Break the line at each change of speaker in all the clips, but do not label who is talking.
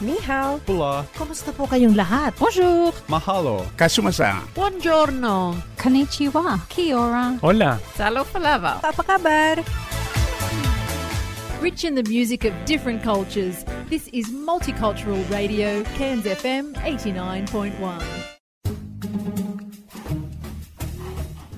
Ni hao.
Pula.
Kumusta po kayong lahat?
Bonjour.
Mahalo.
Kasumasa.
Buongiorno.
Konnichiwa. Kia ora.
Hola.
Salo palava.
Apa kabar?
Rich in the music of different cultures, this is Multicultural Radio, Cairns FM 89.1.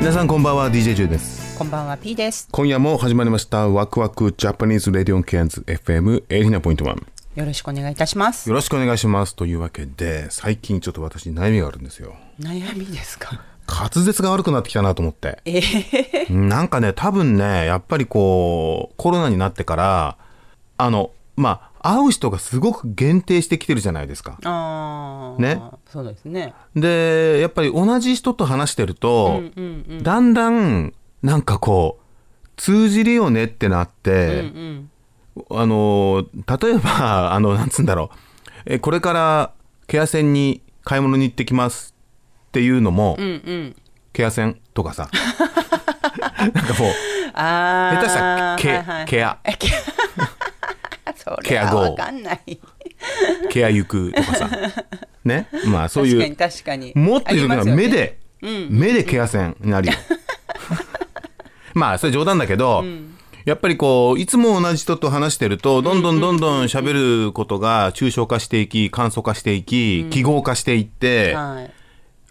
皆さんこんばんは DJ ジュです
こんばんは、P です。
今夜も始まりましたワクワクジャパニーズレディオンケアンズ FM エリナポイントワン
よろしくお願いいたします
よ。ろしくお願いしますというわけで最近ちょっと私悩みがあるんですよ
悩みですか
滑舌が悪くなってきたなと思って
ええ
うんなんかね多分ねやっぱりこうコロナになってからあのまあ会う人がすごく限定してきてるじゃないですか
ああ。
ね。
そうですね。
でやっぱり同じ人と話してると、
うんうんうん。
だんだんなんかこう通じるよねってなって、
うんうん。
あの例えば あのなんつうんだろうえこれからケア線に買い物に行ってきますっていうのも、
うんうん。
ケア線とか さなんかもう
ああ。
下手したらケ,、
はいはい
ケ ア
それ
ケア
は
ゴー
わかんない。
ケア行くとかさねまあそういう
確かに確かに。
もっと言うの
あ
は
りますよね
目。で、目でケア線にな るよまあそれ冗談だけど、やっぱりこういつも同じ人と話してるとどんどんどんどん喋ることが抽象化していき簡素化していき、記号化していって、
はい。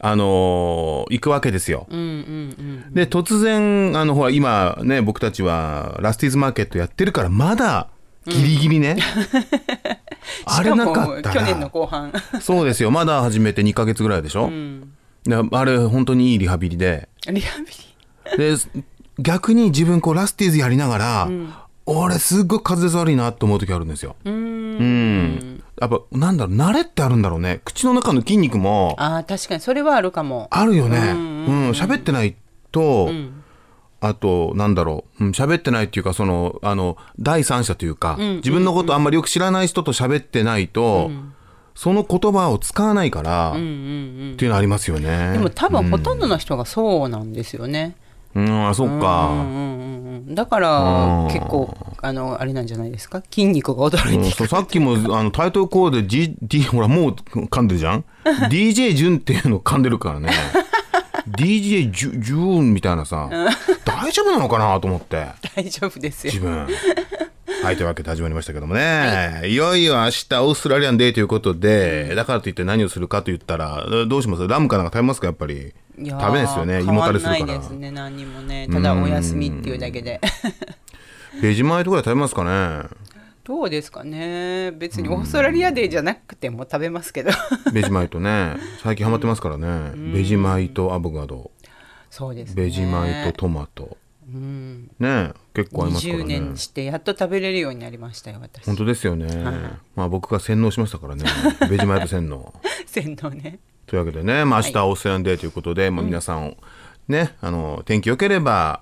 あのー行くわけですよ。
うんうん
で突然あのほら今ね僕たちはラスティーズマーケットやってるからまだギリギリ ね、
うん。
あれなかっ
したも
ら
去年の後 半。
そうですよまだ始めて2ヶ月ぐらいでしょ、
うん。
であれ本当にいいリハビリで
リハビリ。
で逆に自分こうラスティーズやりながら、俺すっごい風舌悪いなと思う時あるんですよ。
う。
うんん、やっぱなんだろう慣れってあるんだろうね口の中の筋肉も
ああ、確かに、それはあるかも。
あるよね。う
うんん
喋ってないと、
ん
あとなんだろううん喋ってないっていうかそのあの第三者というか、自分のことあんまりよく知らない人と喋ってないと、その言葉を使わないから、
う
っ
んうんうん。
ていうのありますよね。
でも多分ほとん
ど、
どの人がそうなんですよね。
うんあそっ
うん
か、
うんうんうん、だか
うん
ら結構あのあれなんじゃないですか筋肉が驚
う
いて
ん
いく、
そうさっきもあのタイトルコールで、G D、ほらもう噛んでるじゃん DJ ジュンっていうの噛んでる からね DJ ジュジュンみたいなさ大丈夫なのかなと思って。
大丈夫ですよ
自 分はいというわけで始まりましたけどもね、い、よいよ明日オーストラリアンデーということでだからといって何をするかと言ったらどうしますラムかなんか食べますかやっぱり
いやー
食べないですよね胃
変
も
わ
たれ
ん
する
ない
か
で
ら
すね何にもねただお休みっていうだけで
ベジマイとかで食べますか
どうですかね別にオーストラリアデーじゃなくても食べますけど
ねベジマイとね最近ハマってますからねベジマイとアボガド
そうですね
ベジマイとトマト
うん
ね結構合いますから
20
ね
年してやっと食べれるようになりましたよ私
本当ですよね、まあ僕が洗脳しましたからねベジマイと洗脳
洗脳ね
というわけでね、まあ、明日オーストラリアンデーということで、まあ、皆さん、ね、あの天気良ければ、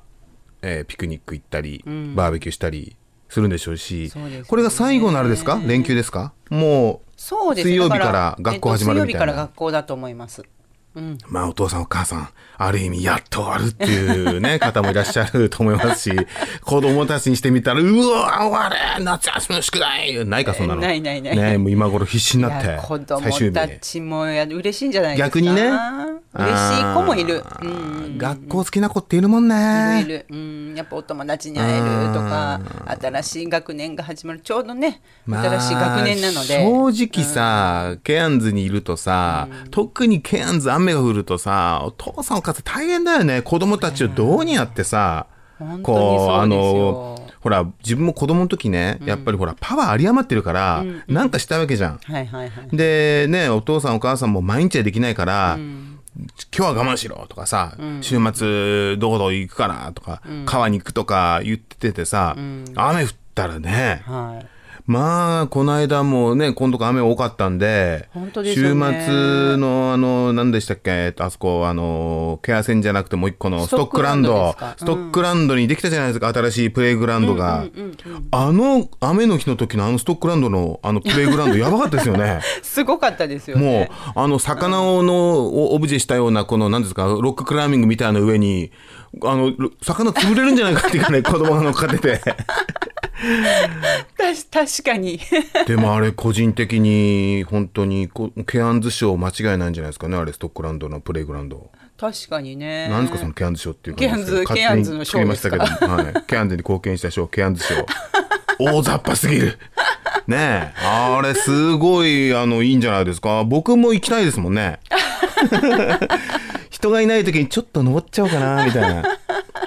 えーピクニック行ったり、バーベキューしたりするんでしょうし
そうですよね
これが最後のあれですか連休ですかもう
そうですね
水曜日
だ
から学校始まるみたいな
えっと水曜日から学校だと思いますうん
まあお父さんお母さん、ある意味やっと終わるっていうね、方もいらっしゃると思います し、子供たちにしてみたら、うわ、終われ夏休みの宿題ないか、そんなの。
ないないない
ね、もう今頃必死に
い
なっ
や
て、
子供
最終日
たちもや嬉しいんじゃないですか
逆にね
嬉しい子もいる
あ、
うんうんうん
ー学校好きな子っているもんね。
いるいる、うん、やっぱお友達に会えるとか新しい学年が始まるちょうどね、
まあ
新しい学年なので
正直さ、ケアンズにいるとさ、特にケアンズ雨が降るとさお父さんお母さん大変だよね子供たちをどうにやってさ、
本当に
こう
そ
あ
うです
の
よ
ほら自分も子供の時ね、やっぱりほらパワー有り余ってるから、なんかしたいわけじゃん。
はいはいはい
でねお父さんお母さんも毎日はできないから、今日は我慢しろとかさ、週末どこどこ行くからとか、川に行くとか言っててさ、雨降ったらね、
はい
まあ、この間もね、今度が雨多かったんで、
本当ですよ
週
ね
末の、あの、何でしたっけ、えっとあそこ、あの、ケア線じゃなくてもう一個のストックランド、ス
ス
ト
ト
ックランドにできたじゃないですか、新しいプレイグラウンドが。あの、雨の日の時のあのストックランドの、あの、プレイグラウンド、やばかったですよ ね。
すごかったですよ
もう
ね。、
あの、魚をの、をオブジェしたような、この、なんですか、ロッククライミングみたいな上に、あの、魚潰れるんじゃないかって いうかね、子供が乗っかってて。
たし 確かに。
でもあれ、個人的に、本当にこ、ケアンズ賞間違いないんじゃないですかね、あれ、ストックランドのプレイグラウンド。
確かにね。
なんですか、そのケアンズ賞っていうか
ケアンズ
勝手に
ケアンズの賞
作りましたけど、はい。ケアンズに貢献した賞、ケアンズ 賞。大雑把すぎる。ねえ、あれ、すごい、あの、いいんじゃないですか。僕も行きたいですもん ね。人がいない時にちょっと登っちゃおうかな、みたいな。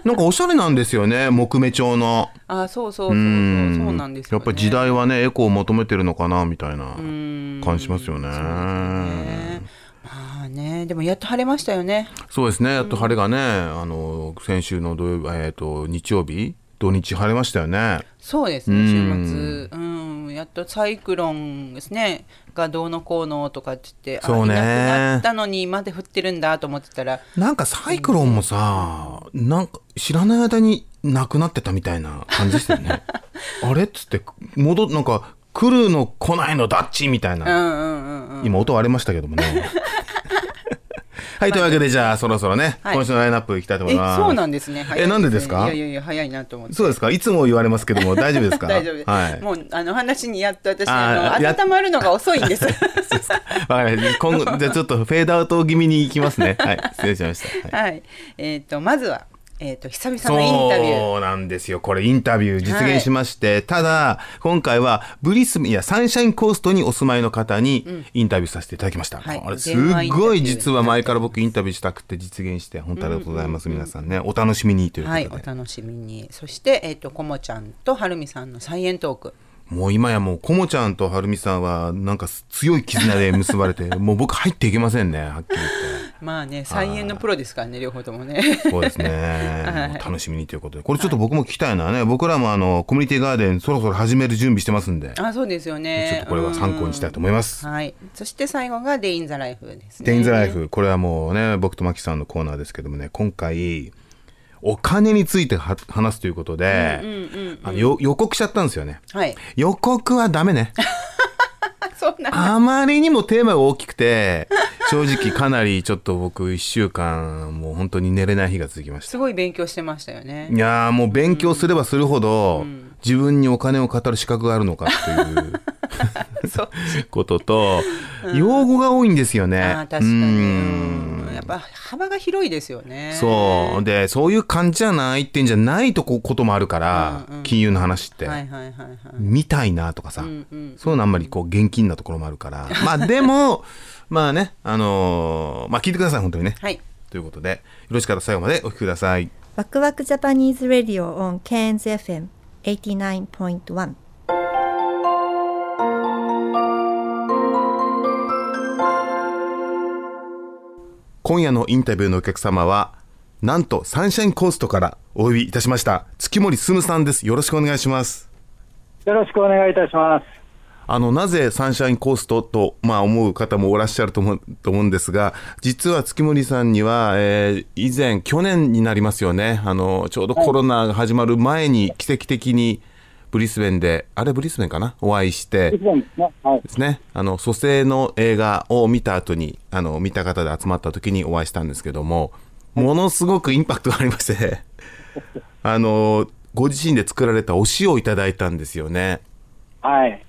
なんかおしゃれなんですよね、木目調の。
あ、そうそうそうそうう、
ん
そうなんです
や
よ、ね。
っぱ時代はねエコを求めてるのかなみたいな
うん
感じしますよね。
ねまあね、でもやっと晴れましたよね。
そうですねやっと晴れがね、あの先週の土曜日えっ、と日曜日土日晴れましたよね。
そうですね、週末、うん、やっとサイクロンですね、がどうのこうのとかって言って、あ
そうね
いなくなったのにまで降ってるんだと思ってたら、
なんかサイクロンもさ、なんか知らない間になくなってたみたいな感じでしたよ ね。あれっつって戻っなんか来るの来ないのダッチみたいな。
うんうんうんうん、
今音割れましたけどもね。 はい、というわけでじゃあそろそろね、
はい
今週のラインナップいきたいと思
え
います。
そうなんですね、早い
えなんでですか
いやいやいや、早いなと思って。
そうですか。いつも言われますけども、 大丈夫ですか
大丈夫です、
はい。
もうあの話にやっと私
あ
あ
ーや
の温まるのが遅いんで す
わかりました。今後、じゃあちょっとフェードアウト気味に行きます ね。はい。失礼しました。はい
はい、えっ、とまずは、えっと久々のインタビュー
そうなんですよ。これインタビュー実現しまして、ただ、今回はブリス、いや、サンシャインコーストにお住まいの方にインタビューさせていただきました。
はい
あれすっ
電話インタビュ
ご
ー
い実は前から僕インタビューしたくて実現して、本当ありがとうございます。皆さんね、お楽しみにというこ
はい、
と
お
で。
楽しみに。そして、えっ、と、こもちゃんとはるみさんのサイエントーク。
もう今やもう、こもちゃんとはるみさんは、なんか強い絆で結ばれて、もう僕入っていけませんね、はっきり言って。
まあね、菜園のプロですからね、両方ともね。
そうですね。楽しみにということで。これちょっと僕も聞きたいのはね、僕らもあの、コミュニティガーデンそろそろ始める準備してますんで、ちょ
あ、そうですよね。
っとこれは参考にしたいと思います
うん。はい。そして最後がデインザライフですね。
デインズライフ、これはもうね、僕とマキさんのコーナーですけどもね、今回、お金については話すということで、あのよ予告しちゃったんですよね。
はい。
予告はダメね。
あ、 そうなん
あまりにもテーマが大きくて、正直かなりちょっと僕1週間、もう本当に寝れない日が続きました
すごい勉強してましたよね。
いやーもう勉強すればするほど、自分にお金を語る資格があるのかっていう
そう。
ことと、用語が多いんですよね。
あー確か
う
に。うん
ん
やっぱ幅が広いですよね。
そうでそういう感じじゃないってんじゃないとここともあるから、金融の話って、
はいはいはいはい。
見たいなとかさ、そういうのあんまりこう現金なところもあるからまあでもまあねあのーまあ聞いてください本当にね、
はい。
ということでよろしかったら最後までお聞きください
ワクワクジャパニーズ・レディオ on Cairns FM 89.1
今夜のインタビューのお客様はなんとサンシャインコーストからお呼びいたしました月森進さんですよろしくお願いします
よろしくお願いいたします。
あのなぜサンシャインコーストと、まあ、思う方もおらっしゃると思うと思うんですが実は月森さんには、えー以前去年になりますよねあのちょうどコロナが始まる前に奇跡的にブリスベンであれブリスベンかなお会いして
以前ですね、はい
で、すね。あの、蘇生の映画を見た後に、あの、見た方で集まった時にお会いしたんですけども、ものすごくインパクトがありまして、 あの、ご自身で作られたお塩をいただいたんですよね。
はい、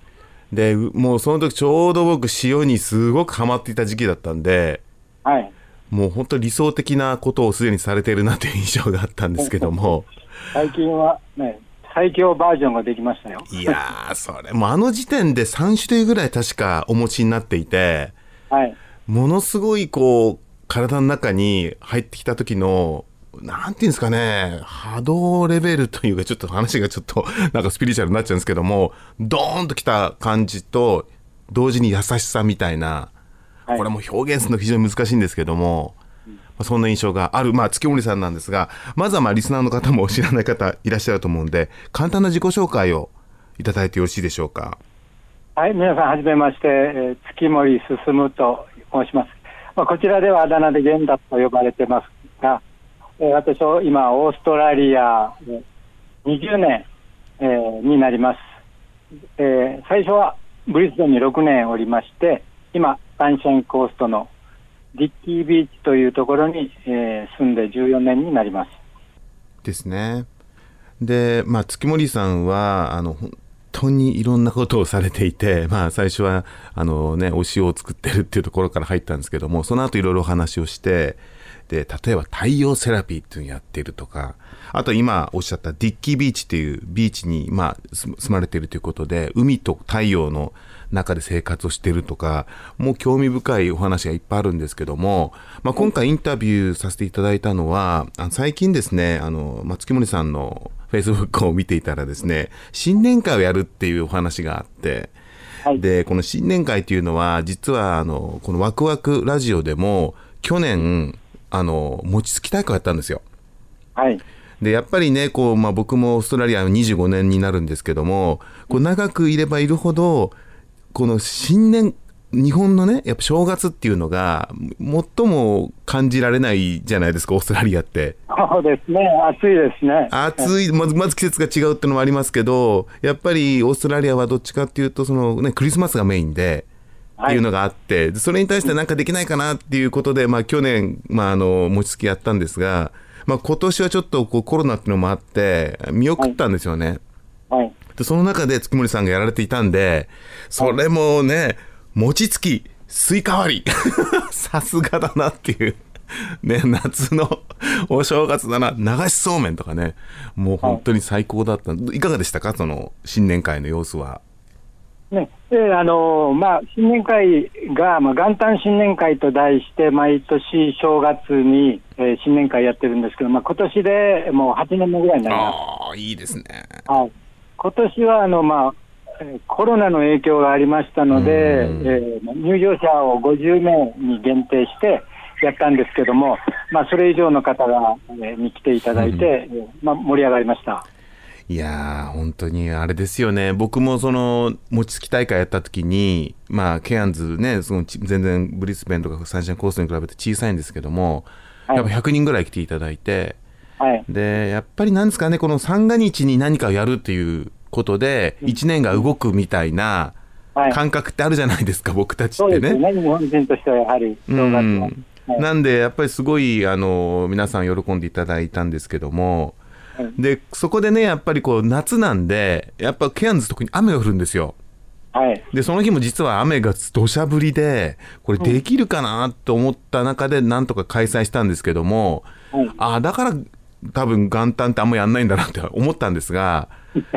で、うもうその時ちょうど僕塩にすごくハマっていた時期だったんで、
はい、
もう本当理想的なことをすでにされているなという印象があったんですけども、
最近はね、最強バージョンができましたよ。
いやー、それ、もうあの時点で3種類ぐらい確かお持ちになっていて、
はい、
ものすごいこう体の中に入ってきた時のなんていうんですかね波動レベルというかちょっと話がちょっと なんかスピリチュアルになっちゃうんですけどもドーンときた感じと同時に優しさみたいな、
はい
これも表現するの非常に難しいんですけども、まあ、そんな印象がある、まあ、月森さんなんですがまずはまあリスナーの方も知らない方いらっしゃると思うんで簡単な自己紹介をいただいてよろしいでしょうか。
はい、皆さん、はじめまして、えー月森進と申します。まあ、こちらではあだ名でゲンダと呼ばれてますが、えー私は今、オーストラリアで20年、えーになります、えー最初はブリスベンに6年おりまして、今、サンシャインコーストのディッキービーチというところに、えー住んで14年になります。
ですね。で、まあ、月森さんは、あの、本当にいろんなことをされていて、 まあ、最初は、あのね、お塩を作ってるっていうところから入ったんですけども、その後いろいろお話をして、で、例えば太陽セラピーっていうのやってるとか、あと今おっしゃったディッキービーチっていうビーチに、まあ、住住まれてるということで、海と太陽の中で生活をしてるとか、もう興味深いお話がいっぱいあるんですけども、まあ、今回インタビューさせていただいたのは、あの最近ですね、あの、まあ、月森さんの Facebook を見ていたらですね、新年会をやるっていうお話があって、
はい
で、この新年会というのは、実は、あの、このワクワクラジオでも、去年、あの、餅つき大会をやったんですよ。
はい、
でやっぱりねこう、まあ、僕もオーストラリアの25年になるんですけどもこう長くいればいるほどこの新年日本のねやっぱ正月っていうのが最も感じられないじゃないですかオーストラリアって。
そうですね、暑いですね。
暑いまずまず季節が違うってのもありますけどやっぱりオーストラリアはどっちかっていうとその、ね、クリスマスがメインで。っ
は
て
い
いうのがあって、でそれに対してなんかできないかなっていうことで、まあ、去年、まあ、あの餅つきやったんですが、まあ、今年はちょっとこうコロナっていうのもあって見送ったんですよね、
はい
でその中で月森さんがやられていたんでそれもね餅つきスイカ割り さすがだなっていう。ね、夏のお正月だな流しそうめんとかねもう本当に最高だった、い、かがでしたかその新年会の様子は
ねであのまあ、新年会が、まあ、元旦新年会と題して、毎年正月に、えー新年会やってるんですけど、まあ今年でもう8年目ぐらいになりま
ああいいですね
す。はい、今年はあの、まあえーコロナの影響がありましたので、え
うん
ー入場者を50名に限定してやったんですけども、まあ、それ以上の方が、えーに来ていただいて、えーまあ、盛り上がりました。
いやー本当にあれですよね僕もその餅つき大会やった時にまあケアンズねそのち全然ブリスベンとかサンシャインコーストに比べて小さいんですけども、
はい
やっぱ100人ぐらい来ていただいて
はい
でやっぱりなんですかねこの三が日に何かをやるっていうことで1年が動くみたいな
はい、
感覚ってあるじゃないですか僕たち
そ
っ
う
て
です
ね。
ね、日本人としてはやはり正月
う
は。
ん
はい
なんでやっぱりすごいあの皆さん喜んでいただいたんですけども、
はい
でそこでねやっぱりこう夏なんでやっぱケアンズ特に雨が降るんですよ
はい
でその日も実は雨が土砂降りでこれできるかなと思った中でなんとか開催したんですけども、
はい
ああだから多分元旦ってあんまやんないんだなって 思ったんですが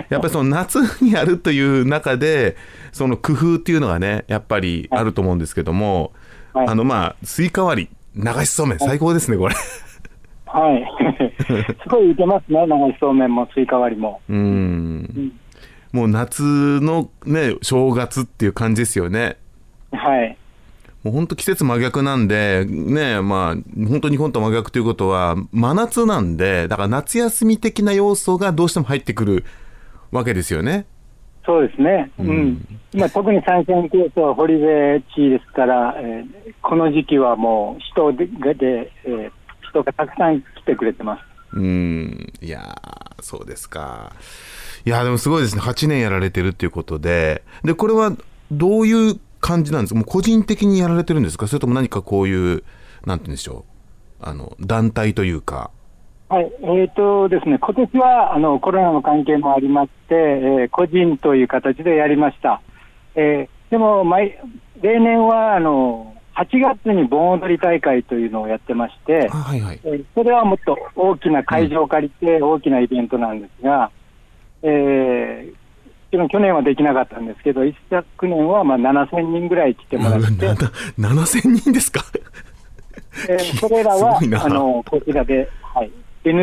やっぱりその夏にやるという中でその工夫っていうのがねやっぱりあると思うんですけども、
はい
あのまあスイカ割り流しそうめん最高ですねこれ。
はい。 すごい浮いてますね、流しそうめんもスイカ割りも。
うんもう夏のね正月っていう感じですよね。
はい。
もう本当季節真逆なんで、ねまあ、本当日本と真逆ということは、真夏なんで、だから夏休み的な要素がどうしても入ってくるわけですよね。
そうですね。うん。今、特に三線コースは堀部地位ですから、えーこの時期はもう人で、でえー人がたくさん来てくれてます。
うん、いやーそうですか。いやーでもすごいですね。8年やられてるっていうことで、で、これはどういう感じなんですかもう個人的にやられてるんですかそれとも何かこういう、なんて言うんでしょう。あの、団体というか。
はい。えーとですね、今年はあのコロナの関係もありまして、えー個人という形でやりました。えーでも毎、例年はあの8月に盆踊り大会というのをやってまして、
あ、はい はい。
えーそれはもっと大きな会場を借りて大きなイベントなんですが、えー、もちろん去年はできなかったんですけど、一昨年はまあ7000人ぐらい来てもらって、
なな7000人ですか
えーそれらは
すごいな
あのこちらで、はい、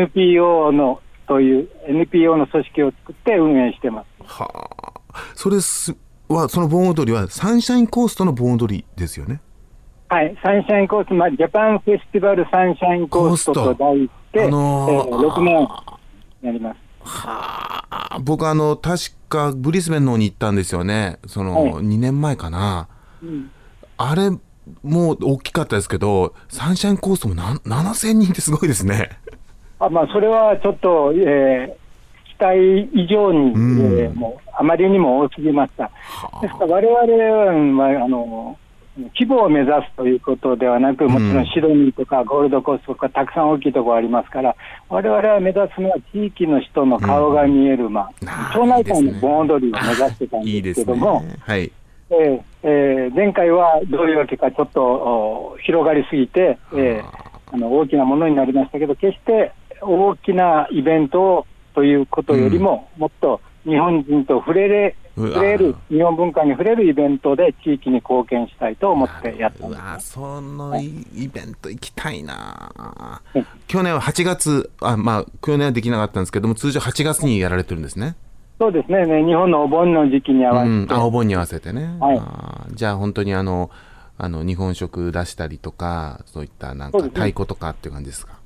NPO のという NPO の組織を作って運営してます。
はあ。それすは、その盆踊りはサンシャインコーストの盆踊りですよね。
はい、サンシャインコース、まあ、ジャパンフェスティバルサンシャインコースト
コー
と
スト
題して、
あのー
えー6年になります。
僕あの確家ブリスベンの方に行ったんですよねそ
は
の、
い
二2年前かな、
ん
あれもう大きかったですけどサンシャインコーストもなん7000人ってすごいです ね
あまあ、それはちょっと、えー期待以上に、
ん
えーもうあまりにも多すぎました。ですから、我々はあの規模を目指すということではなく、もちろんシドニーとかゴールドコーストとか、たくさん大きいところありますから、我々は目指すのは地域の人の顔が見える、まあ、町内会の盆踊りを目指してたん
いい
で
です
け
す
ど
ね
も、
はい
えーえー前回はどういうわけか、ちょっとお広がりすぎて、えーあの大きなものになりましたけど、決して大きなイベントをということよりも、もっと日本人と触れれ
うわ
触れる、日本文化に触れるイベントで地域に貢献したいと思ってやったん
う
です。
わそのイイベント行きたいな去年は8月あまあ去年はできなかったんですけども通常8月にやられてるんですね
そうですねね、日本のお盆の時期に合わ
う
せて、
ん、あお盆に合わせてね、
はい
あーじゃあ本当にあのあの日本食出したりとかそういったなんか
そうですね
太鼓とかっていう感じですか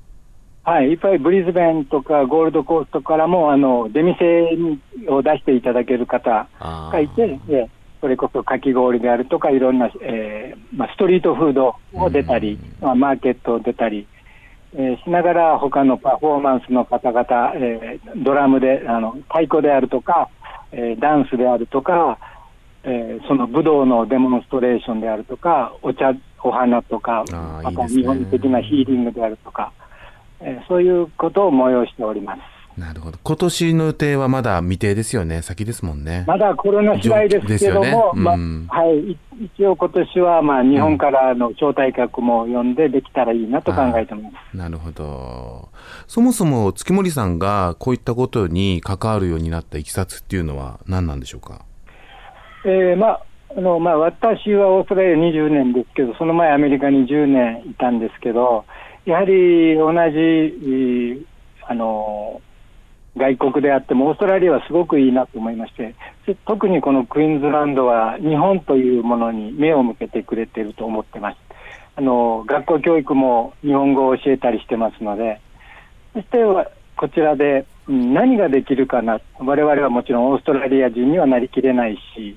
はい、いっぱいブリズベンとかゴールドコーストからも、あの出店を出していただける方
あ
がいて、ええそれこそかき氷であるとか、いろんな、えーまあ、ストリートフードを出たり、まあ、マーケットを出たり、えーしながら、他のパフォーマンスの方々、えードラムであの、太鼓であるとか、えーダンスであるとか、えーその武道のデモンストレーションであるとか、お茶、お花とか、
あー
ま
いい
た
ですね
日本的なヒーリングであるとか、えーそういうことを催しております。
なるほど今年の予定はまだ未定ですよね先ですもんね
まだコロナ次第ですけども、
状況ですよね
ま
うん
あはい、い一応今年はまあ日本からの招待客も呼んでできたらいいなと考えてます。
なるほどそもそも月森さんがこういったことに関わるようになったいきさつっていうのは何なんでしょうか
えーまああのまあ、私はオーストラリア20年ですけど、その前、アメリカに10年いたんですけど、やはり同じいいあの外国であっても、オーストラリアはすごくいいなと思いまして、つ特にこのクイーンズランドは、日本というものに目を向けてくれていると思ってます。あの学校教育も日本語を教えたりしてますので、そしてはこちらでうん何ができるかな、我々はもちろんオーストラリア人にはなりきれないし、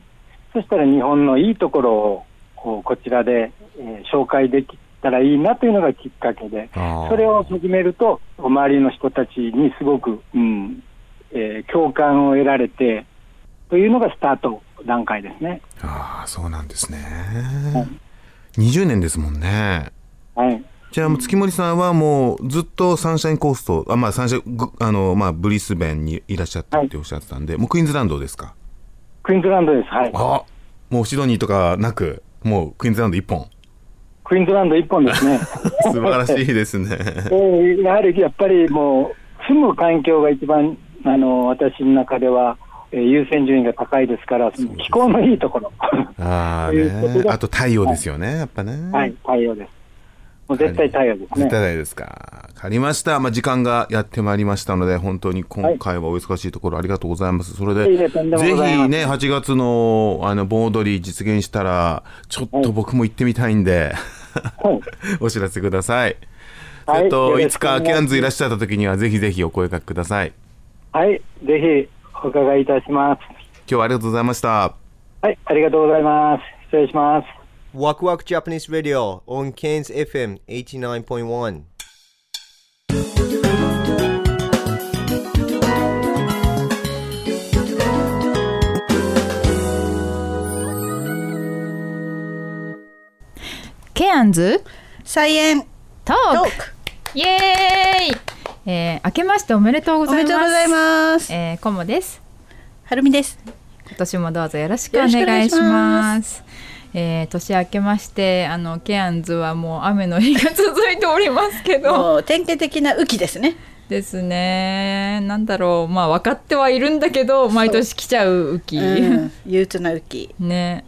そしたら日本のいいところをこうこちらで、えー紹介できたらいいなというのがきっかけで、
あー
それを始めると、周りの人たちにすごく、うんえー共感を得られてというのがスタート段階ですね。
ああそうなんですね、
はい
20年ですもんね
はい
じゃあもう月森さんはもうずっとサンシャインコーストあまあサンシャインぐあのまあブリスベンにいらっしゃったっておっしゃってたんで、もうクイーンズランドですか。
クイーンズランドです、はい、
あもうシドニーとかなくもうクイーンズランド一本。
クイーンズランド一本ですね。
素晴らしいですね。
えーやはりやっぱりもう、住む環境が一番、あの私の中では、えー優先順位が高いですから、その気候のいいところ、
ああ
ということ
ね
で
あと太陽ですよね、やっぱね。
はい、太陽です。もう絶対太陽です
絶
ね。
対ないですか。わかりました。まあ時間がやってまいりましたので本当に今回はお忙しいところありがとうございます。それ
いえい
で
え
ぜ
とんでもございません
ひね8月のあの盆踊り実現したらちょっと僕も行ってみたいんで。
はい
お知らせください。
はい
えっと、い
よろ
つ
しくお
か
願いします
ケアンズいらっしゃった時には、ぜひぜひお声掛けください。
はい、ぜひお伺いいたします。
今日はありがとうございました。
はい、ありがとうございます。失礼します。
Waku Waku Japanese Radio on Cairns FM 89.1.
Cairns
菜園
Talk! Yay! えー、明けましておめでとうご
お
ざいます。
めでとうございます。
えー、コモです。
はるみです。
今年もどうぞよろしくお願いします。えー、年明けましてあのケアンズはもう雨の日が続いておりますけど
もう Oh, 典型的な雨季ですね。
ですねなんだろうまあ分かってはいるんだけど毎年来ちゃう雨季、
うん、憂鬱な雨季。
ね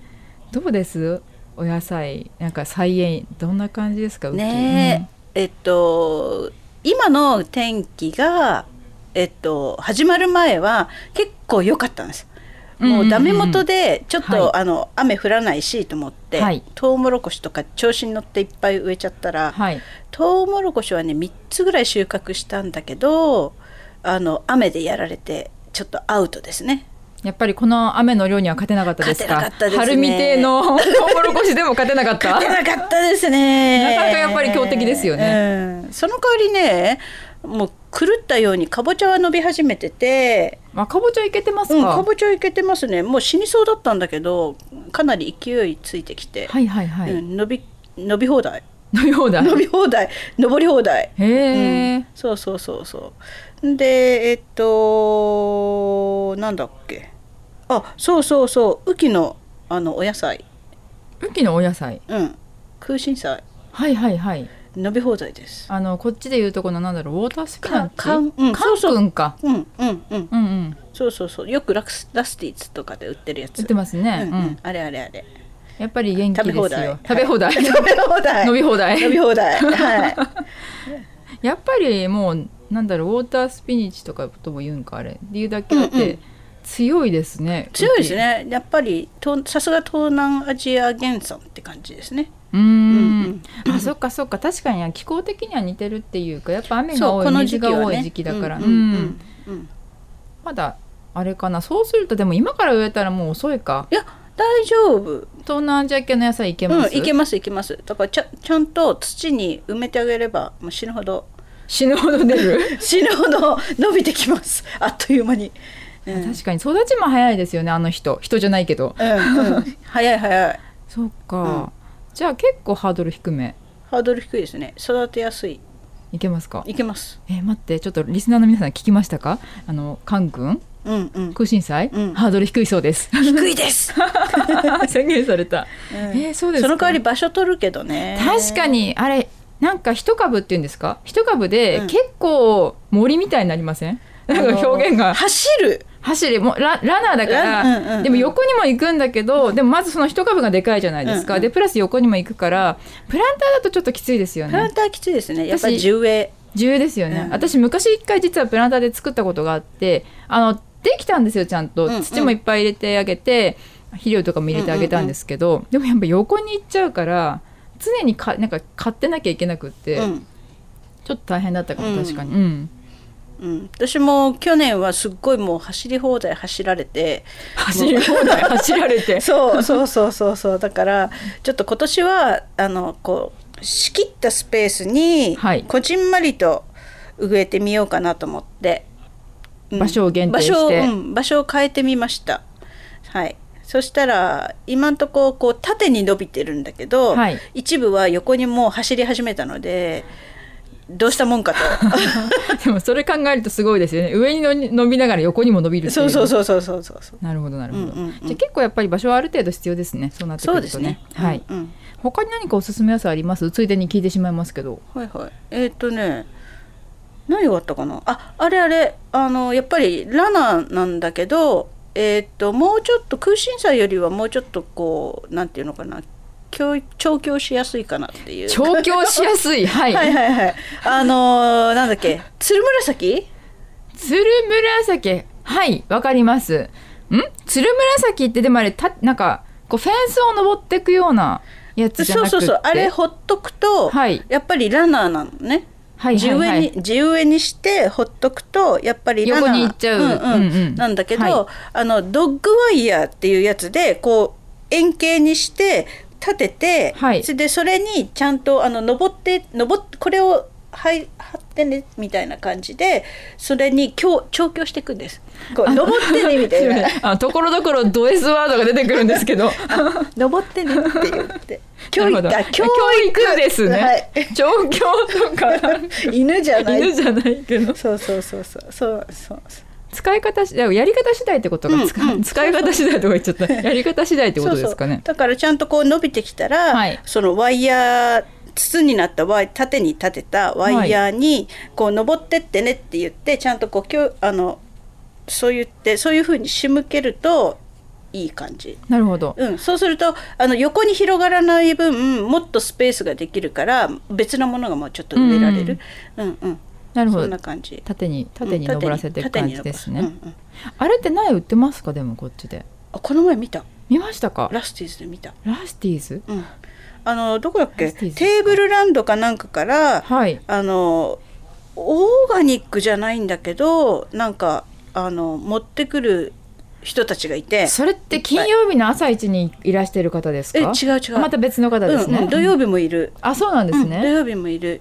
どうですお野菜なんか菜園どんな感じですか
ねえ、えっと今の天気がえっと始まる前は結構良かったんです。
うんうんうん
もうダメ元でちょっと、
は
あの雨降らないしと思って、
はい
トウモロコシとか調子に乗っていっぱい植えちゃったら、
はい
トウモロコシはね3つぐらい収穫したんだけどあの雨でやられてちょっとアウトですね。
やっぱりこの雨の量には勝てなかったですか。
勝てなかったですね
春見亭の トウモロコシでも勝てなかった。
勝てなかったですね。
なかなかやっぱり強敵ですよね
うんその代わりね、もう狂ったようにかぼちゃは伸び始めてて、
まあかぼちゃいけてます
うん、
か。
かぼちゃいけてますね。もう死にそうだったんだけど、かなり勢いついてきて、
はいはいはい。
うん、伸び伸び放題、
のようだ。
伸び放題、登り放題。
へえ、
うんそうそうそうそうでえっとなんだっけあそうそうそう雨季のあのお野菜
雨季のお野菜。
うん空心菜
はいはいはい。
伸び放題です
あのこっちで言うとこのなんだろうウォータースピナッチ。
かかんうん
かんくんか。
うんうんうん
うんうん。
そうそうそうよくラクスラスティーツとかで売ってるやつ
売ってますね。
うん
う
うん
ん。
あれあれあれ
やっぱり元気
食べ
で
放
す
題
よ。食べ放題。
はい 食べ放題
飲み放題
飲み放題はい
やっぱりもうなんだろうウォータースピニッチとかとも言うんかあれ理由だけだっ
うんう
て強いですね、
強いですねやっぱりとさすが東南アジア原産って感じですね
うーん
うん
あそっかそっか確かに気候的には似てるっていうかやっぱ雨が
そ
多
う
い
この
水
時期
が
は
多
ね
い時期だから、
う
うんん
うんうんうん
まだあれかなそうするとでも今から植えたらもう遅いか
いや大丈夫
東南アジア系の野菜いけ
う
ま
ん
す、
いけますいけますだからちゃちゃんと土に埋めてあげればもう死ぬほど
死ぬほど出る
死ぬほど伸びてきますあっという間に、 うん
確かに育ちも早いですよねあの人人じゃないけど
うんうん、早い早い
そっか、じゃあ結構ハードル低め
ハードル低いですね育てやすい
いけますか
いけます
えー待ってちょっとリスナーの皆さん聞きましたかあのカン君
うんうん
空心菜、
うん
ハードル低いそうです
低いです、
宣言された、
うん
えーそうです
そ
か
の代わり場所取るけどね
確かにあれなんか一株っていうんですか一株で
うん
結構森みたいになりません、なんか表現が
走る
走りもうラランナーだから、
ランうんうんうん
でも横にも行くんだけど、でもまずその一株がでかいじゃないですか、
うんうん
でプラス横にも行くからプランターだとちょっときついですよ
プラ
ね
ンターきついですねやっぱり
私
重営
重要ですよね、
うん
私昔一回実はプランターで作ったことがあってあのできたんですよちゃんと、
んうん
土もいっぱい入れてあげて肥料とかも入れてあげたんですけど、でもやっぱ横に行っちゃうから常にかなんか買ってなきゃいけなくって、
うん
ちょっと大変だったか
うん
も確かに、うん
うん、私も去年はすっごいもう走り放題走られて
走り放 題走られて
そうそうそうそうそうだからちょっと今年はあのこう仕切ったスペースに
はい
こじんまりと植えてみようかなと思って、うん
場所を限定して
場所を、うん場所を変えてみましたはいそしたら今んとここう縦に伸びてるんだけど、
はい
一部は横にもう走り始めたのでどうしたもんかと
でもそれ考えるとすごいですよね上にの伸びながら横にも伸びるってい
そううそうそうそうそうそうそう
なるほどなるほど、
うんうんうん
じゃあ結構やっぱり場所はある程度必要ですねそうなってく
そう
る
で
と
す
ね
ね
はい、
うんうん
他に何かおすすめ野菜ありますついでに聞いてしまいますけど
はいはい。えーっ、とね、何があったかな。あ、あれあれ、あのやっぱりラナなんだけど、えーっ、ともうちょっと空心菜よりはもうちょっとこうなんていうのかな、教育調教しやすいかなっていう。
調教しやすいはい、
はいはいはい。あのーなんだっけ、つるむらさき？
つるむらさきはいわかりますんつるむらさきってでもあれたなんかこうフェンスを登っていくようなやつじゃな
そ
く
う
て
そうそう。あれほっとくと、
はい
やっぱりラナなのね。
はい
地
はい
植
は
えに
い
地植えにしてほっとくとやっぱりラナ
横に行っちゃうん
うん
うんうん
なんだけど、
は
あのドッグワイヤーっていうやつでこう円形にして立てて、
はい
それでそれにちゃんとあの登って登ってこれをはい張ってねみたいな感じでそれに強調教していくんです。こう登ってねみたい
すいま
な
せんあところどころド S ワードが出てくるんですけど
登ってねって言って
な
教
る
育
ほど
あ教育
教育ですね、
はい
調教とかなんか
犬じゃない
犬じゃないけど
そうそうそうそうそうそうそう。
使い方しやり方次第ってことが使,、
うんうん
使い方次第とか言っちゃ ったやり方次第ってことですか
そう
ね
そうだからちゃんとこう伸びてきたら、
はい
そのワイヤー筒になったワイ縦に立てたワイヤーにこう登ってってねって言ってちゃんとこうきょあのそう言ってそういうふうに仕向けるといい感じ。
なるほど
うん、そうするとあの横に広がらない分もっとスペースができるから別のものがもうちょっと植えられる、うんうん
なるほ
そん
ど
な感じ
縦に縦に
うん
登らせていく感じですね、
縦に縦に登らすうんうん
あれって苗売ってますかでもこっちで
あこの前見た
見ましたかラ
ラスティーズで見た
スティーズ
うん、あのどこだっ
ラ
け
スティーズですか
テーブルランドかなんかから、
はい
あのオーガニックじゃないんだけどなんかあの持ってくる人たちがいて
それって金曜日の朝一にいらしてる方ですか
え違う違う
また別の方ですね、
うんうん土曜日もいる、
あそうなんですね、
土曜日もいる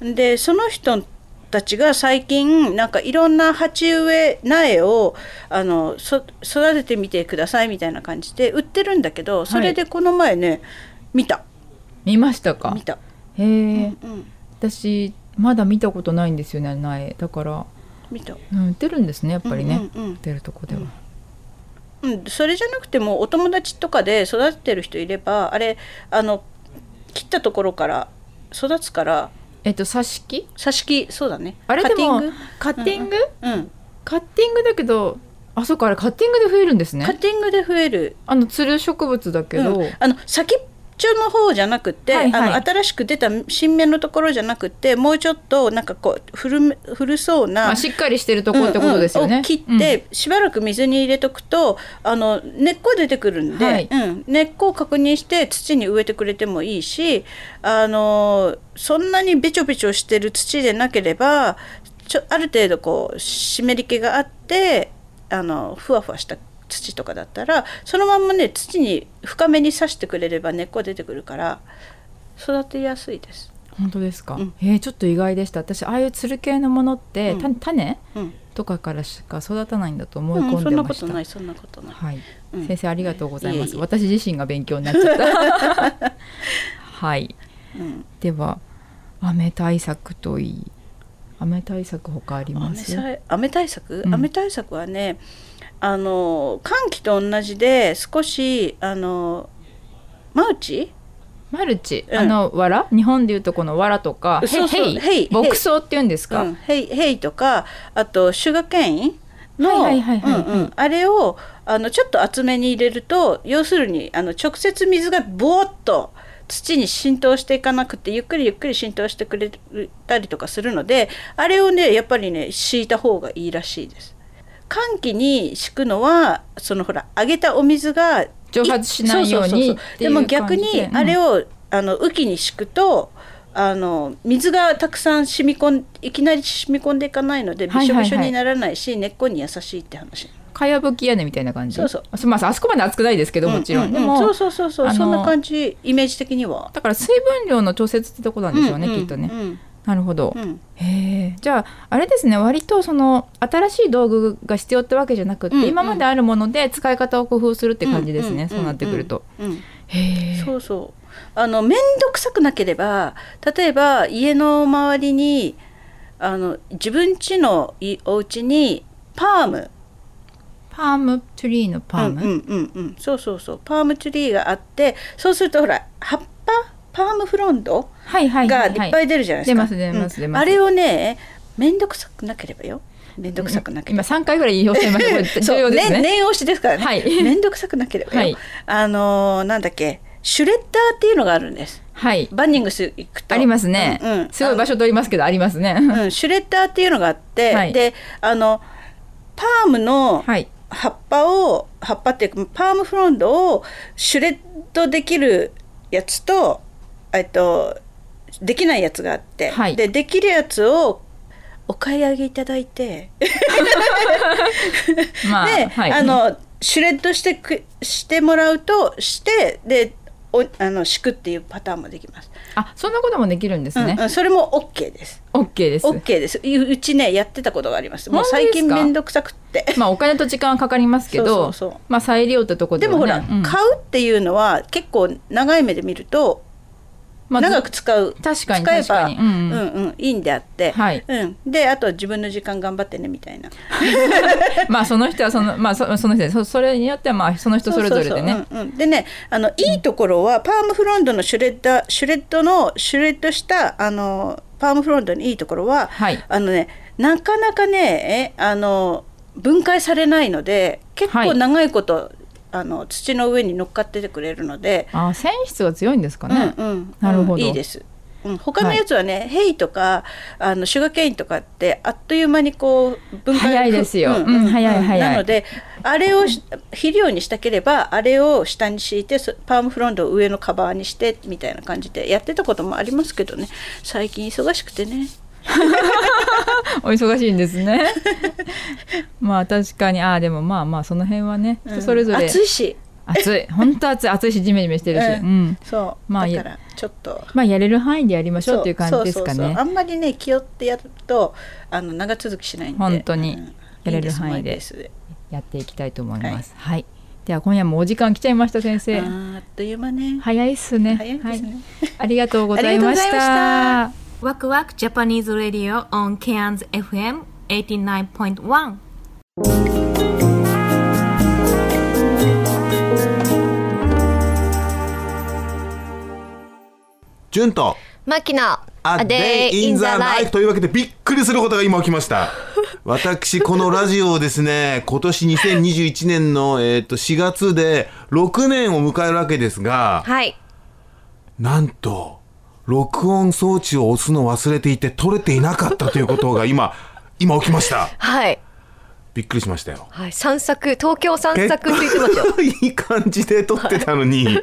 でその人たちが最近なんかいろんな鉢植え苗をあのそ育ててみてくださいみたいな感じで売ってるんだけどそれでこの前ね、見た
見ましたか
見た、
へえ
うん、
私まだ見たことないんですよね苗だから、
見た
うん、売ってるんですねやっぱりね、
うんうんうん
売ってるとこでは、
うん、それじゃなくてもお友達とかで育ててる人いればあれあの切ったところから育つから
えっと挿し木
挿し木そうだね
あれでもカ
カ
ッテ
ッテ
ィ
ィ
ン
ン
グ、
うん、
カッティングだけどあそうかあれカッティングで増えるんです
カッ
ね
ティングで増える
あのつる植物だけど、
うんあの先っちょの方じゃなくて、
はいはい
あの新しく出た新芽のところじゃなくてもうちょっとなんかこう古め古そうな、
まあ、しっかりしてるとこってことですよ
うんう
ね
ん、を切って、しばらく水に入れとくとあの根っこ出てくるんで、
はい
うん、根っこを確認して土に植えてくれてもいいしあのそんなにべちょべちょしてる土でなければちょある程度こう湿り気があってあのふわふわした土とかだったらそのまんまね土に深めに刺してくれれば根っこ出てくるから育てやすいです。
うん本当ですか、
うん
えーちょっと意外でした私ああいうつる系のものって、
うん
た種
うん、
とかからしか育たないんだと思い
うん
込ん
そ
で
んな
ま
こ
した、
とないそんなことない。
はい、
うん
先生ありがとうございます。
いえいえ
私自身が勉強になっちゃった。 はい。
うん
では雨対策といい、雨対策他あります。
雨さえ雨対策、
うん
雨対策はねあの寒気と同じで少しあのマウチ
マルチ、
うん
あの藁、日本でいうとこの藁とか、
そうそう
ヘイ
ヘイ
牧草って言うんですか。
うん、ヘイヘイとかあとシュガーケインの
は
う
い
ん
はいはいはい
うんあれをあのちょっと厚めに入れると要するにあの直接水がボーっと土に浸透していかなくてゆっくりゆっくり浸透してくれたりとかするのであれをねやっぱりね敷いた方がいいらしいです。寒気に敷くのはそのほら揚げたお水が
蒸発しないように
そそそそ
ってい
で
う感じ
も
で
逆にあれを、あの雨季に敷くとあの水がたくさん染み込んいきなり染み込んでいかないので
は
び
い
しょ
はいはい
びしょにならないし、根っこに優しいって話
かやぶき屋根みたいな感じ。
そうそう
あまああそこまで熱くないですけどもちろん。
うう
でも
そうそうそうそ
あ
う
の
そんな感じイメージ的には。
だから水分量の調節ってとこなんでしょうね、
うんうん
きっとね。
うん
なるほど。
うん
へえじゃああれですね割とその新しい道具が必要ってわけじゃなくって、
うんうん
今まであるもので使い方を工夫するって感じですね、
うん
そうなってくると、、
うんうんうん
へえ
そうそうあの面倒くさくなければ例えば家の周りにあの自分家のいお家にパーム
パームトゥリーのパーム、
うんうんうんうんそうそうそうパームツリーがあってそうするとほら葉っぱパームフロント
はいはいは
が
い、
い
は
っぱい出るじゃないですか、
出ます出ます
うん
出ます
あれをね面倒くさくなければよ面倒くさくなけれ
今
ば
3回ぐらい言い表しちゃいましたこれ重
そ
要
う
ですね
ね念押しですからね、
はい
面倒くさくなければよ、
はい
あのーなんだっけシュレッダーっていうのがあるんです
はい
バンニングス行くと
ありますね、
うんうん
すごい場所取りますけどありますね、
うん、シュレッダーっていうのがあって、
はい
であのパーム の
はい
葉っぱを葉っぱっていうかパームフロントをシュレッドできるやつとえっとできないやつがあって、
はい
でできるやつをお買い上げいただいて
まあ、
で、
はい、
あのシュレッドしてくしてもらうとしてでおあの敷くっていうパターンもできます。
あそんなこともできるんですね
うん、うん、それも OK です。
オッケーです
OK です。ううちねやってたことがあります。もう最
本当です
近
か
めんどくさくって。
まあお金と時間はかかりますけど
そうそうそう
まあ再利用ってとこで
で
はね
もほら、
うん
買うっていうのは結構長い目で見ると
まあず
長く使う、
確かに
使えば
確かに、うんうん
うんうん、いいんであって、
はい
うん、であとは自分の時間頑張ってねみたいな
まあその人はそのまあそその人でそそれによってはまあその人それぞれでね
そうそうそううんうんでねあのいいところはパームフロントのシュレッダーシュレッドのシュレッドしたあのパームフロントのいいところは、
はい
あのねなかなかねえあの分解されないので結
は
構
い
長いこと、あの土の上に乗っかっててくれるので、
ああ繊維質が強いんですかね、
うんうん、
なるほど
うんいいです。うん、他のやつはね、ヘイとかあのシュガーケインとかってあっという間にこう分解
早いですようん早い早い
なのであれをし肥料にしたければあれを下に敷いてそパームフロントを上のカバーにしてみたいな感じでやってたこともありますけどね最近忙しくてね
お忙しいんです ねまあ確かにああでもまあまあその辺はね人それぞれ、
暑いし
暑い本当暑い暑いしジメジメしてるし、
うん
うん
そう、
まあ
だからちょっと
まあやれる範囲でやりましょうっていう感じですか
そうそうそう
ね
あんまりね気負ってやるとあの長続きしないんで
本当に
うん
やれる範囲で
いいですマイペース
やっていきたいと思いますはい、では今夜もお時間来ちゃいました先生
あーあっという間ね
早いっすね
早いです
は
ね、
い、ありがとうございまし
ありがとうご
た
ざ
ワクワクジャパニーズラディオ on Cairns FM 89.1
ジュンと
マキの
あで
Day
イ
in
ン
the
ザライフ
Life
というわけでびっくりすることが今起きました。私このラジオをで すね、今年2021年のえっ、と4月で6年を迎えるわけですが、
はい
なんと録音装置を押すの忘れていて取れていなかったということが今今起きました。
はい
びっくりしましたよ。
はい散策東京散策って言ってましたよ
結構いい感じで撮ってたのに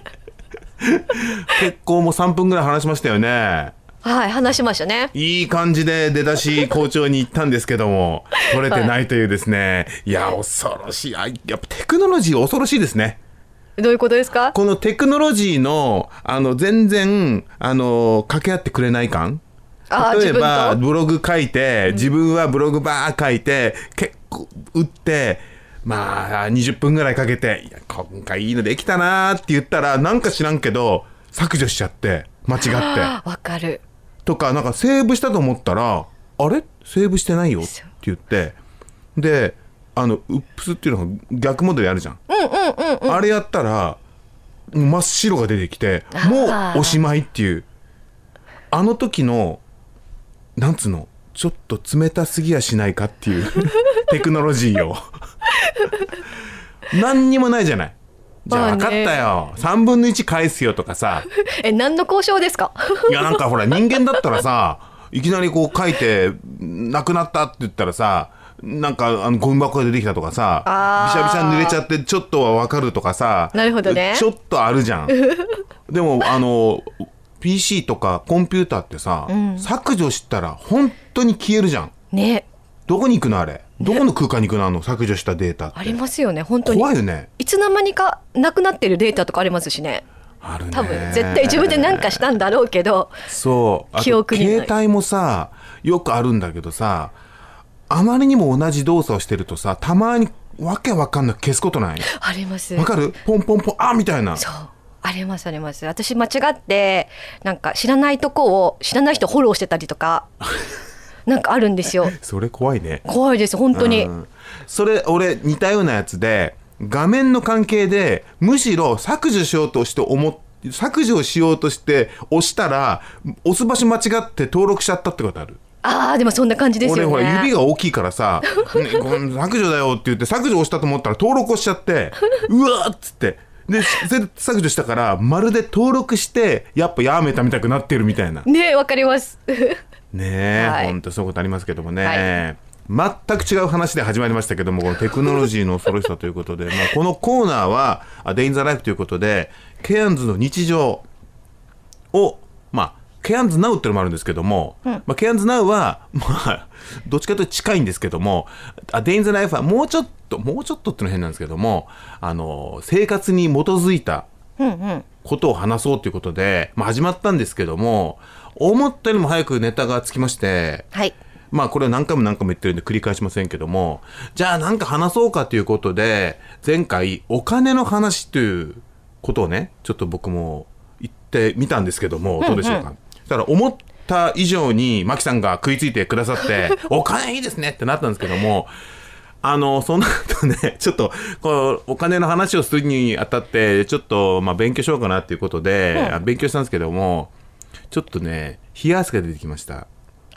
結構もう3分ぐらい話しましたよね
はい話しましたね
いい感じで出だし校長に行ったんですけども取れてないというですね、い、や恐ろしいあやっぱテクノロジー恐ろしいですね
どういうことですか
このテクノロジーのあの全然あの掛け合ってくれない感
あー
例えば
自分
ブログ書いて自分はブログばー書いて結構打ってまあ20分ぐらいかけて「いや今回いいのできたな」って言ったらなんか知らんけど削除しちゃって間違って
あわかる
とかなんかセーブしたと思ったら「あれセーブしてないよ」って言ってであのウップスっていうのが逆モデルあるじゃん,、あれやったらもう真っ白が出てきてもうおしまいっていうあの時のなんつうのちょっと冷たすぎやしないかっていう テクノロジー を何にもないじゃないじゃあ
まあ
分
ね
かったよ、3分の1返すよとかさ
え何の交渉ですか
いやなんかほら人間だったらさいきなりこう書いて「なくなった」って言ったらさなんかあのゴミ箱が出てきたとかさ
あ
び
ー
しゃびしゃに濡れちゃってちょっとはわかるとかさ
なるほどね
ちょっとあるじ ゃんでもあの PC とかコンピューターってさ、削除したら本当に消えるじゃん
ね
どこに行くのあれどこの空間に行くのあの削除したデータって
ありますよね本当に
怖いよね
いつの間にかなくなってるデータとかありますしね
あるね
多分絶対自分で何かしたんだろうけど
そうあと
記憶にない
携帯もさよくあるんだけどさあまりにも同じ動作をしてるとさたまにわけわかんなく消すことない
あります
わかるポンポンポンあみたいな
そうありますあります私間違ってなんか知らないとこを知らない人フォローしてたりと かなんかあるんですよ
それ怖いね
怖いです本当に、
うんそれ俺似たようなやつで画面の関係でむしろ削除しようとして思っ削除しようとして押したら押す場所間違って登録しちゃったってことある
ああでもそんな感じです
俺
よね
ほら指が大きいか らさ「ね、これ削除だよ」って言って削除をしたと思ったら登録をしちゃって「うわ!」っつってでそれで削除したからまるで登録してやっぱやめたみたくなってるみたいなね
ねえわかります
え、
はい
ほんとそういうことありますけどもね、
は
全く違う話で始まりましたけどもこのテクノロジーの恐ろしさということで、 まあ、このコーナーは「あデイン・ザ・ライフ」ということでケアンズの日常を、まあ、ケアンズナウっていうのもあるんですけども、まあ、ケアンズナウは、 まあ、どっちかというと近いんですけども、あデインズライフはもうちょっと、もうちょっとっていうのは変なんですけども、あの、生活に基づいたことを話そうということで、まあ、始まったんですけども、思ったよりも早くネタがつきまして、
はい
まあこれは何回も何回も言ってるんで繰り返しませんけども、じゃあなんか話そうかということで、前回お金の話ということをね、ちょっと僕も言ってみたんですけども、どうでしょうか。だから思った以上にマキさんが食いついてくださ って、お金いいですねってなったんですけども、あの、その後ね、ちょっと、こう、お金の話をするにあたって、ちょっと、まあ、勉強しようかなっていうことで、あ勉強したんですけども、ちょっとね、冷や汗が出てきました。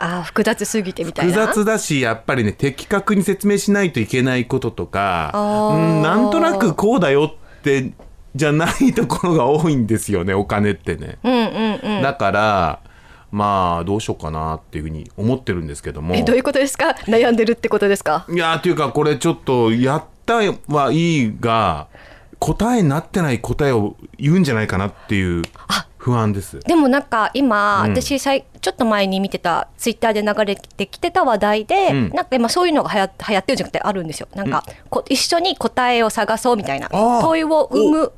ああ複雑すぎてみたい
複
な
雑だしやっぱりね的確に説明しないといけないこととか
あー
うんなんとなくこうだよってじゃないところが多いんですよねお金ってね、
うんうんうん
だからまあどうしようかなっていうふうに思ってるんですけども
えどういうことですか悩んでるってことですか
いやーというかこれちょっとやったはいいが答えになってない答えを言うんじゃないかなっていう
あ
不安です
でもなんか今、
うん
私さいちょっと前に見てたツイッターで流れてきてた話題で、
うん
なんか今そういうのが流行流行ってるんじゃなくてあるんですよなんか、こ一緒に答えを探そうみたいな
ー
問いを生む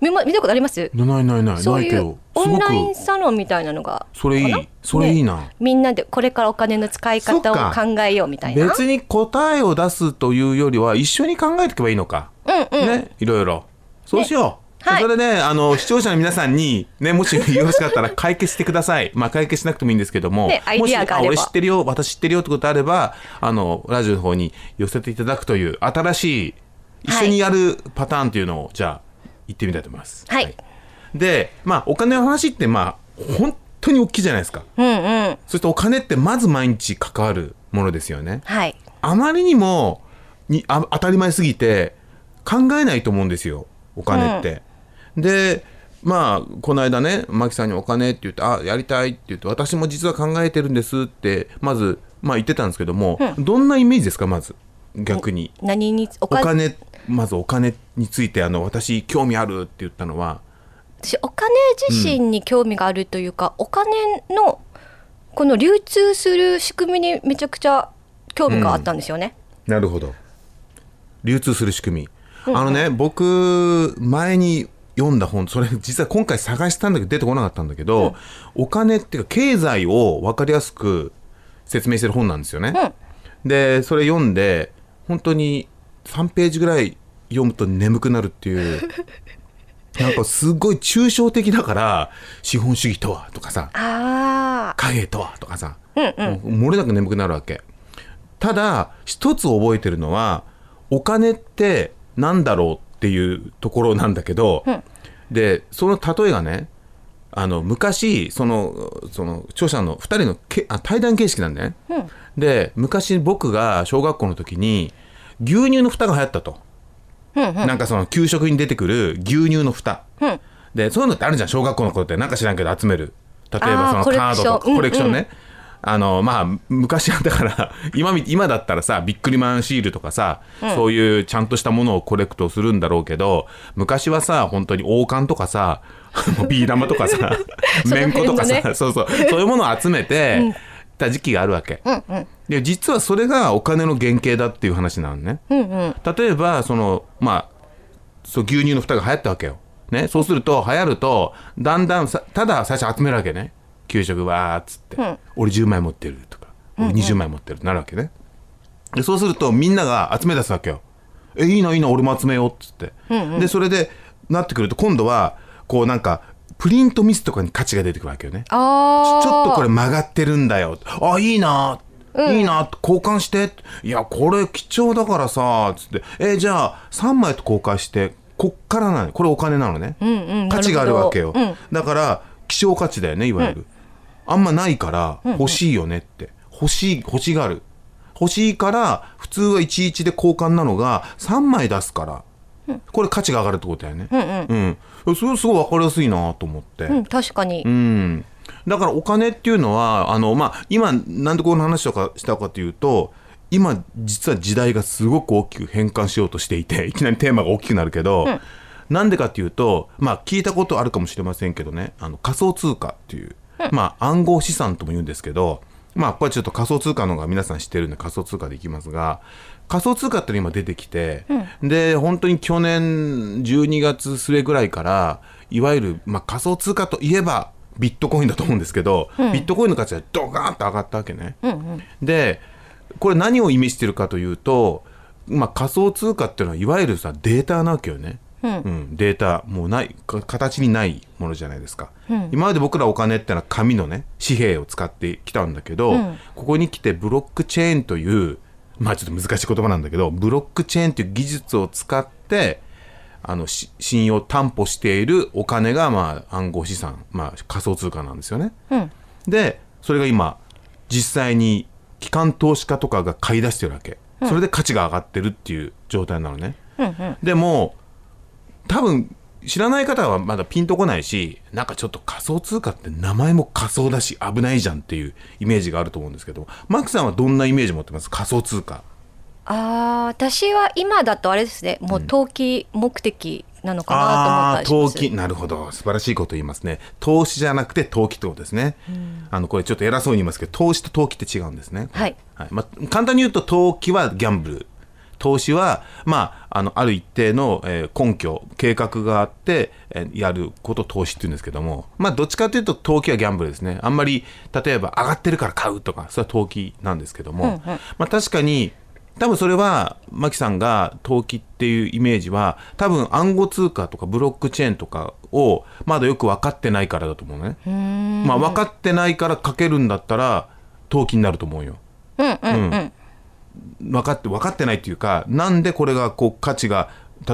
見ま見たことあります
ないないない
そ
な
う
い
い
け
う
ど
オ
す
ン
ごく
ラインサロンみたいなのが
それいいそれいいな
みんなでこれからお金の使い方を
そっか
考えようみたいな
別に答えを出すというよりは一緒に考えていけばいいのか
うんうん、
ねいろいろそうしよう、
はい
それでねあの視聴者の皆さんに、ね、もしよろしかったら解決してください、まあ、解決しなくてもいいんですけども
ねアイデ
もし
ィアがあれば
俺知ってるよ私知ってるよってことあればあのラジオの方に寄せていただくという新しい一緒にやるパターンというのをじゃあ行ってみたいと思います。
はい、
で、まあ、お金の話って、まあ、本当に大きいじゃないですか。
うんうん
そしてお金ってまず毎日関わるものですよね。
はい
あまりにもにあ当たり前すぎて考えないと思うんですよお金って。でまあこの間ねマキさんに「お金」って言って「あやりたい」って言って「私も実は考えてるんです」ってまず、まあ、言ってたんですけども、どんなイメージですかまず逆に。
何にお
お
金
金まずお金についてあの私興味あるって言ったのは
私お金自身に興味があるというか、お金のこの流通する仕組みにめちゃくちゃ興味があったんですよね。
なるほど流通する仕組みあのね僕前に読んだ本それ実は今回探したんだけど出てこなかったんだけど、お金っていうか経済を分かりやすく説明してる本なんですよね、でそれ読んで本当に3ページぐらい読むと眠くなるっていう なんかすごい抽象的だから資本主義とはとかさ
ああ、
貨幣とはとかさ
うんうん、
もう漏れなく眠くなるわけただ一つ覚えてるのはお金ってなんだろうっていうところなんだけど、でその例えがねあの昔そのその著者の2人のけあ対談形式なんだよね、で昔僕が小学校の時に牛乳の蓋が流行ったと、なんかその給食に出てくる牛乳の蓋、でそういうのってあるじゃん小学校の頃ってなんか知らんけど集める例えば
あー
その
コレ
カ
ク
ー
シ
ド
ョン
とかコレクションね、
うんう
あのまあ昔はだから 今み今だったらさビックリマンシールとかさ、そういうちゃんとしたものをコレクトするんだろうけど昔はさ本当に王冠とかさあのビー玉とかさ
その
めんことか
辺の
さ
ね
そうそうそういうものを集めてた時期があるわけ、で実はそれがお金の原型だっていう話なのね、例えばそのまあそう牛乳の蓋が流行ったわけよ、ね、そうすると流行るとだんだんさただ最初集めるわけね給食わーっつって、俺10枚持ってるとか俺20枚持ってるってなるわけね、でそうするとみんなが集め出すわけよえいいないいな俺も集めようっつって、でそれでなってくると今度はこうなんかプリントミスとかに価値が出てくるわけよね
ああ、
ちょっとこれ曲がってるんだよ。あ、いいな。いいな交換していやこれ貴重だからさつってえじゃあ3枚と交換してこっからなのこれお金なのね、
うん
価値があるわけよ、
なるほ
だから希少価値だよねいわゆる、あんまないから欲しいよねって、欲しい欲しがる欲しいから普通は11で交換なのが3枚出すから、これ価値が上がるってことだよねうん、うん、それすごい分かりやすいなと思って、
うん、確かに、
うん、だからお金っていうのはあの、まあ、今なんでこの話とかしたかというと今実は時代がすごく大きく変換しようとしていて いきなりテーマが大きくなるけど、なんでかっていうと、まあ、聞いたことあるかもしれませんけどねあの仮想通貨っていう、まあ、暗号資産とも言うんですけど、まあ、これちょっと仮想通貨の方が皆さん知ってるんで仮想通貨でいきますが仮想通貨っていうのが今出てきて、で本当に去年12月末ぐらいからいわゆる、まあ、仮想通貨といえばビットコインだと思うんですけど、ビットコインの価値がドガーンと上がったわけね。でこれ何を意味してるかというと、まあ、仮想通貨っていうのはいわゆるさデータなわけよね。うんデータもうないか形にないものじゃないですか、今まで僕らお金ってのは紙のね紙幣を使ってきたんだけど、ここに来てブロックチェーンというまあちょっと難しい言葉なんだけどブロックチェーンという技術を使ってあのし信用を担保しているお金が、まあ、暗号資産、まあ、仮想通貨なんですよね。でそれが今実際に機関投資家とかが買い出してるわけ、それで価値が上がってるっていう状態なのね。でも多分知らない方はまだピンとこないしなんかちょっと仮想通貨って名前も仮想だし危ないじゃんっていうイメージがあると思うんですけどマックさんはどんなイメージ持ってます仮想通貨
ああ、私は今だとあれですね、もう投機目的なのかなと思ったりしま
投
す
機なるほど素晴らしいこと言いますね投資じゃなくて投機ってことですね、あのこれちょっと偉そうに言いますけど投資と投機って違うんですね
はい、
はいまあ、簡単に言うと投機はギャンブル投資は、まあ、あのある一定の、えー根拠計画があって、えーやることを投資って言うんですけども、まあ、どっちかというと投機はギャンブルですねあんまり例えば上がってるから買うとかそれは投機なんですけども、
うんうん
まあ、確かに多分それはマキさんが投機っていうイメージは多分暗号通貨とかブロックチェーンとかをまだよく分かってないからだと思うね、まあ、分かってないからかけるんだったら投機になると思うよ。
うんうんうん、
うん分かって分かってないというかなんでこれがこう価値が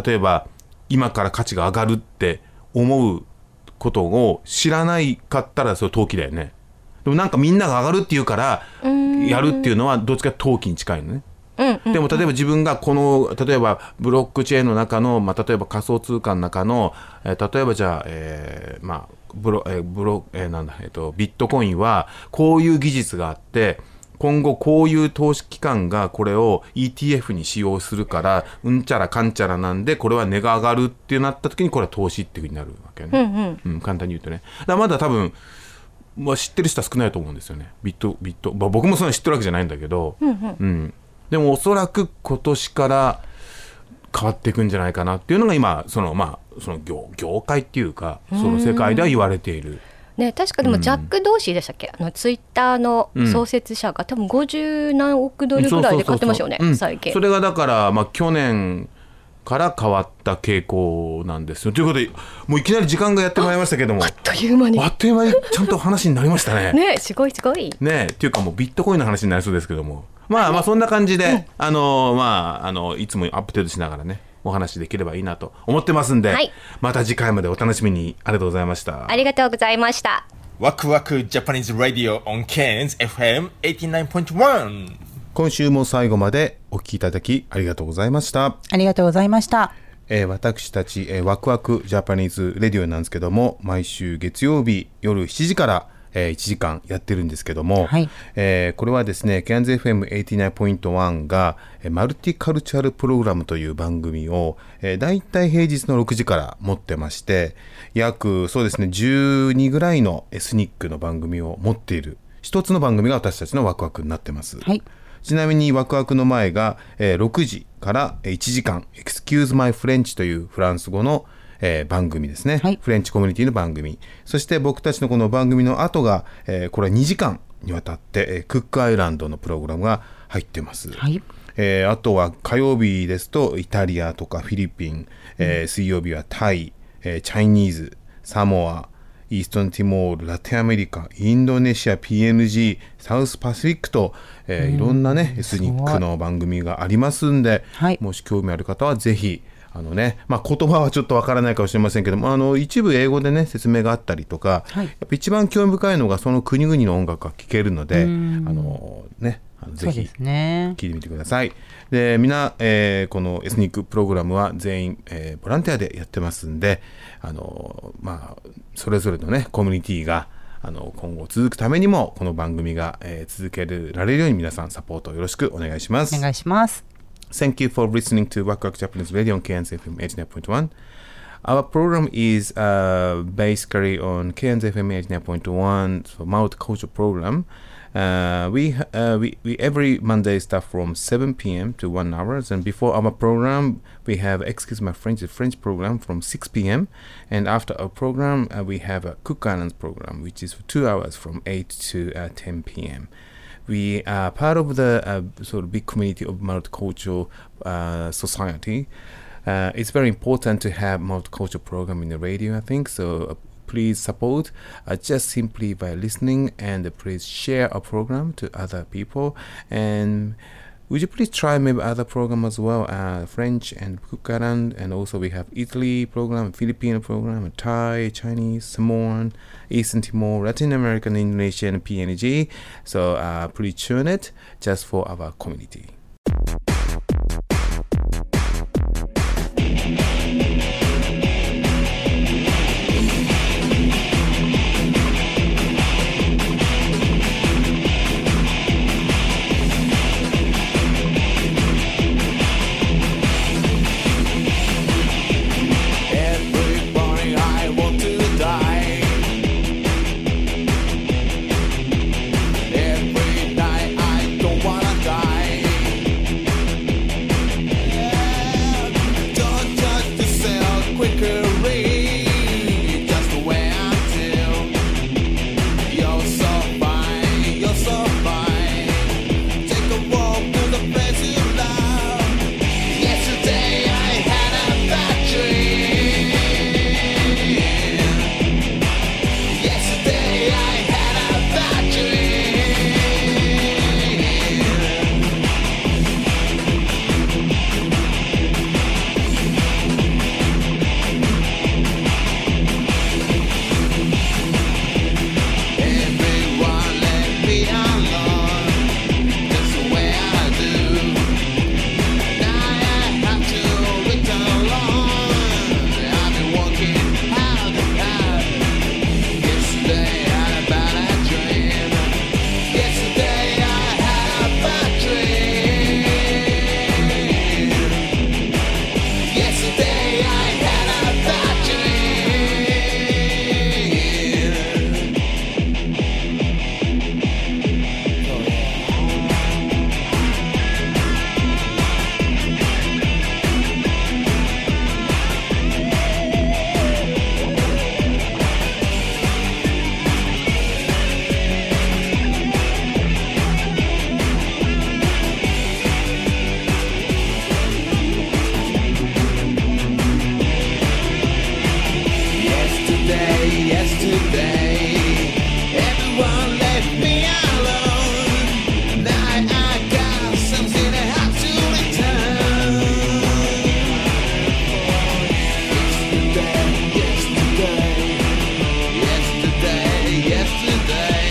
例えば今から価値が上がるって思うことを知らないかったらそれ投機だよねでもなんかみんなが上がるっていうからやるっていうのはどっちか投機に近いのねでも例えば自分がこの例えばブロックチェーンの中の、まあ、例えば仮想通貨の中の、えー例えばじゃあ、えーまあブロえーブロえーなんだえーとビットコインはこういう技術があって今後こういう投資機関がこれを ETF に使用するからうんちゃらかんちゃらなんでこれは値が上がるってなった時にこれは投資っていうふうになるわけね、
うん
うん簡単に言うとねだからまだ多分、まあ、知ってる人は少ないと思うんですよねビットビット、まあ、僕もそんな知ってるわけじゃないんだけど、
うんうん
うん、でもおそらく今年から変わっていくんじゃないかなっていうのが今そのまあその業業界っていうかその世界では言われている
ね、確かでもジャック・ドーシーでしたっけ、あのツイッターの創設者が多分50何億ドルぐらいで買ってますよね
そうそうそうそうう
最
ん
近
それがだからまあ去年から変わった傾向なんですよということでもういきなり時間がやってまいりましたけどもあっ
という間に
あっという間にちゃんと話になりました ね
ねすごいすごい
ねえっていうかもうビットコインの話になりそうですけどもまあまあそんな感じで、あのーまああのいつもアップデートしながらねお話できればいいなと思ってますんで、
はい
また次回までお楽しみにありがとうございました
ありがとうございました
ワクワクジャパニーズ・ラディオ on Cairns FM89.1
今週も最後までお聞きいただきありがとうございました
ありがとうございました。
えー私たち、えーワクワクジャパニーズレディオなんですけども毎週月曜日夜7時から、えー1時間やってるんですけども、えーこれはですね CANZFM89.1 が、えーマルティカルチャルプログラムという番組を、えー、大体平日の6時から持ってまして約そうですね12ぐらいのエスニックの番組を持っている一つの番組が私たちのワクワクになってます。ちなみにワクワクの前が、えー6時からえー1時間「Excuse My French」というフランス語の、えー番組ですね、フレンチコミュニティの番組そして僕たちのこの番組の後が、えーこれは2時間にわたって、えークックアイランドのプログラムが入ってます、えーあとは火曜日ですとイタリアとかフィリピン、えー水曜日はタイ、えーチャイニーズサモアイーストンティモール、ラテンアメリカ、インドネシア、PNG、サウスパシフィックと、えーいろんなね、エスニックの番組がありますんで、もし興味ある方はぜひ、あのね、まあ、言葉はちょっとわからないかもしれませんけども、あの、一部英語でね、説明があったりとか、やっぱ一番興味深いのがその国々の音楽が聴けるので、あ
うん
の、ね、あのぜ
そう
ひ
ですね
聞いてみてください。で、みんな、えーこのエスニックプログラムは全員、えーボランティアでやってますんで、あのまあ、それぞれのね、コミュニティが、あの今後続くためにも、この番組が、えー続けられるように皆さんサポートよろしくお願いします。お願いします。Thank you for listening to Wakwak Japanese Radio on KNZFM 89.1. Our program is uh, basically on KNZFM 89.1 for Mouth Culture Program. Uh, we, uh, we we every Monday start from 7 p.m. to 1 hours, and before our program we have Excuse My French, the French program from 6 p.m. and after our program uh, we have a Cook Islands program, which is for two hours from 8 to uh, 10 p.m we are part of the uh, sort of big community of multicultural uh, society. Uh, it's very important to have multicultural program in the radio, I think. So uh, please support uh, just simply by listening and please share our program to other people. And would you please try maybe other program as well, uh, French and Kukaran, and also we have Italy program, Filipino program, Thai, Chinese, Samoan, Eastern Timor, Latin American, Indonesian, PNG. So uh, please tune it just for our community.
today. Everyone left me alone. Now I got something I have to return. Yesterday, yesterday, yesterday, yesterday.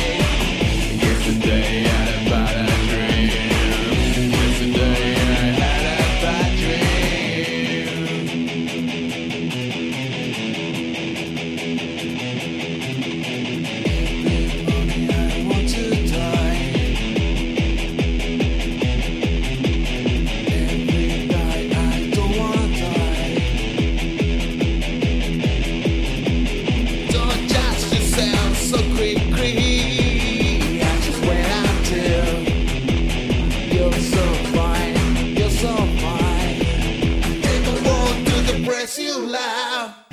Yesterday I had a bad dream. Yesterday I had a bad dream. Only I want to die. Every night I don't want to die. Don't judge yourself so quickly. I just wait until. You're so fine, you're so fine. Take a walk through the press you love.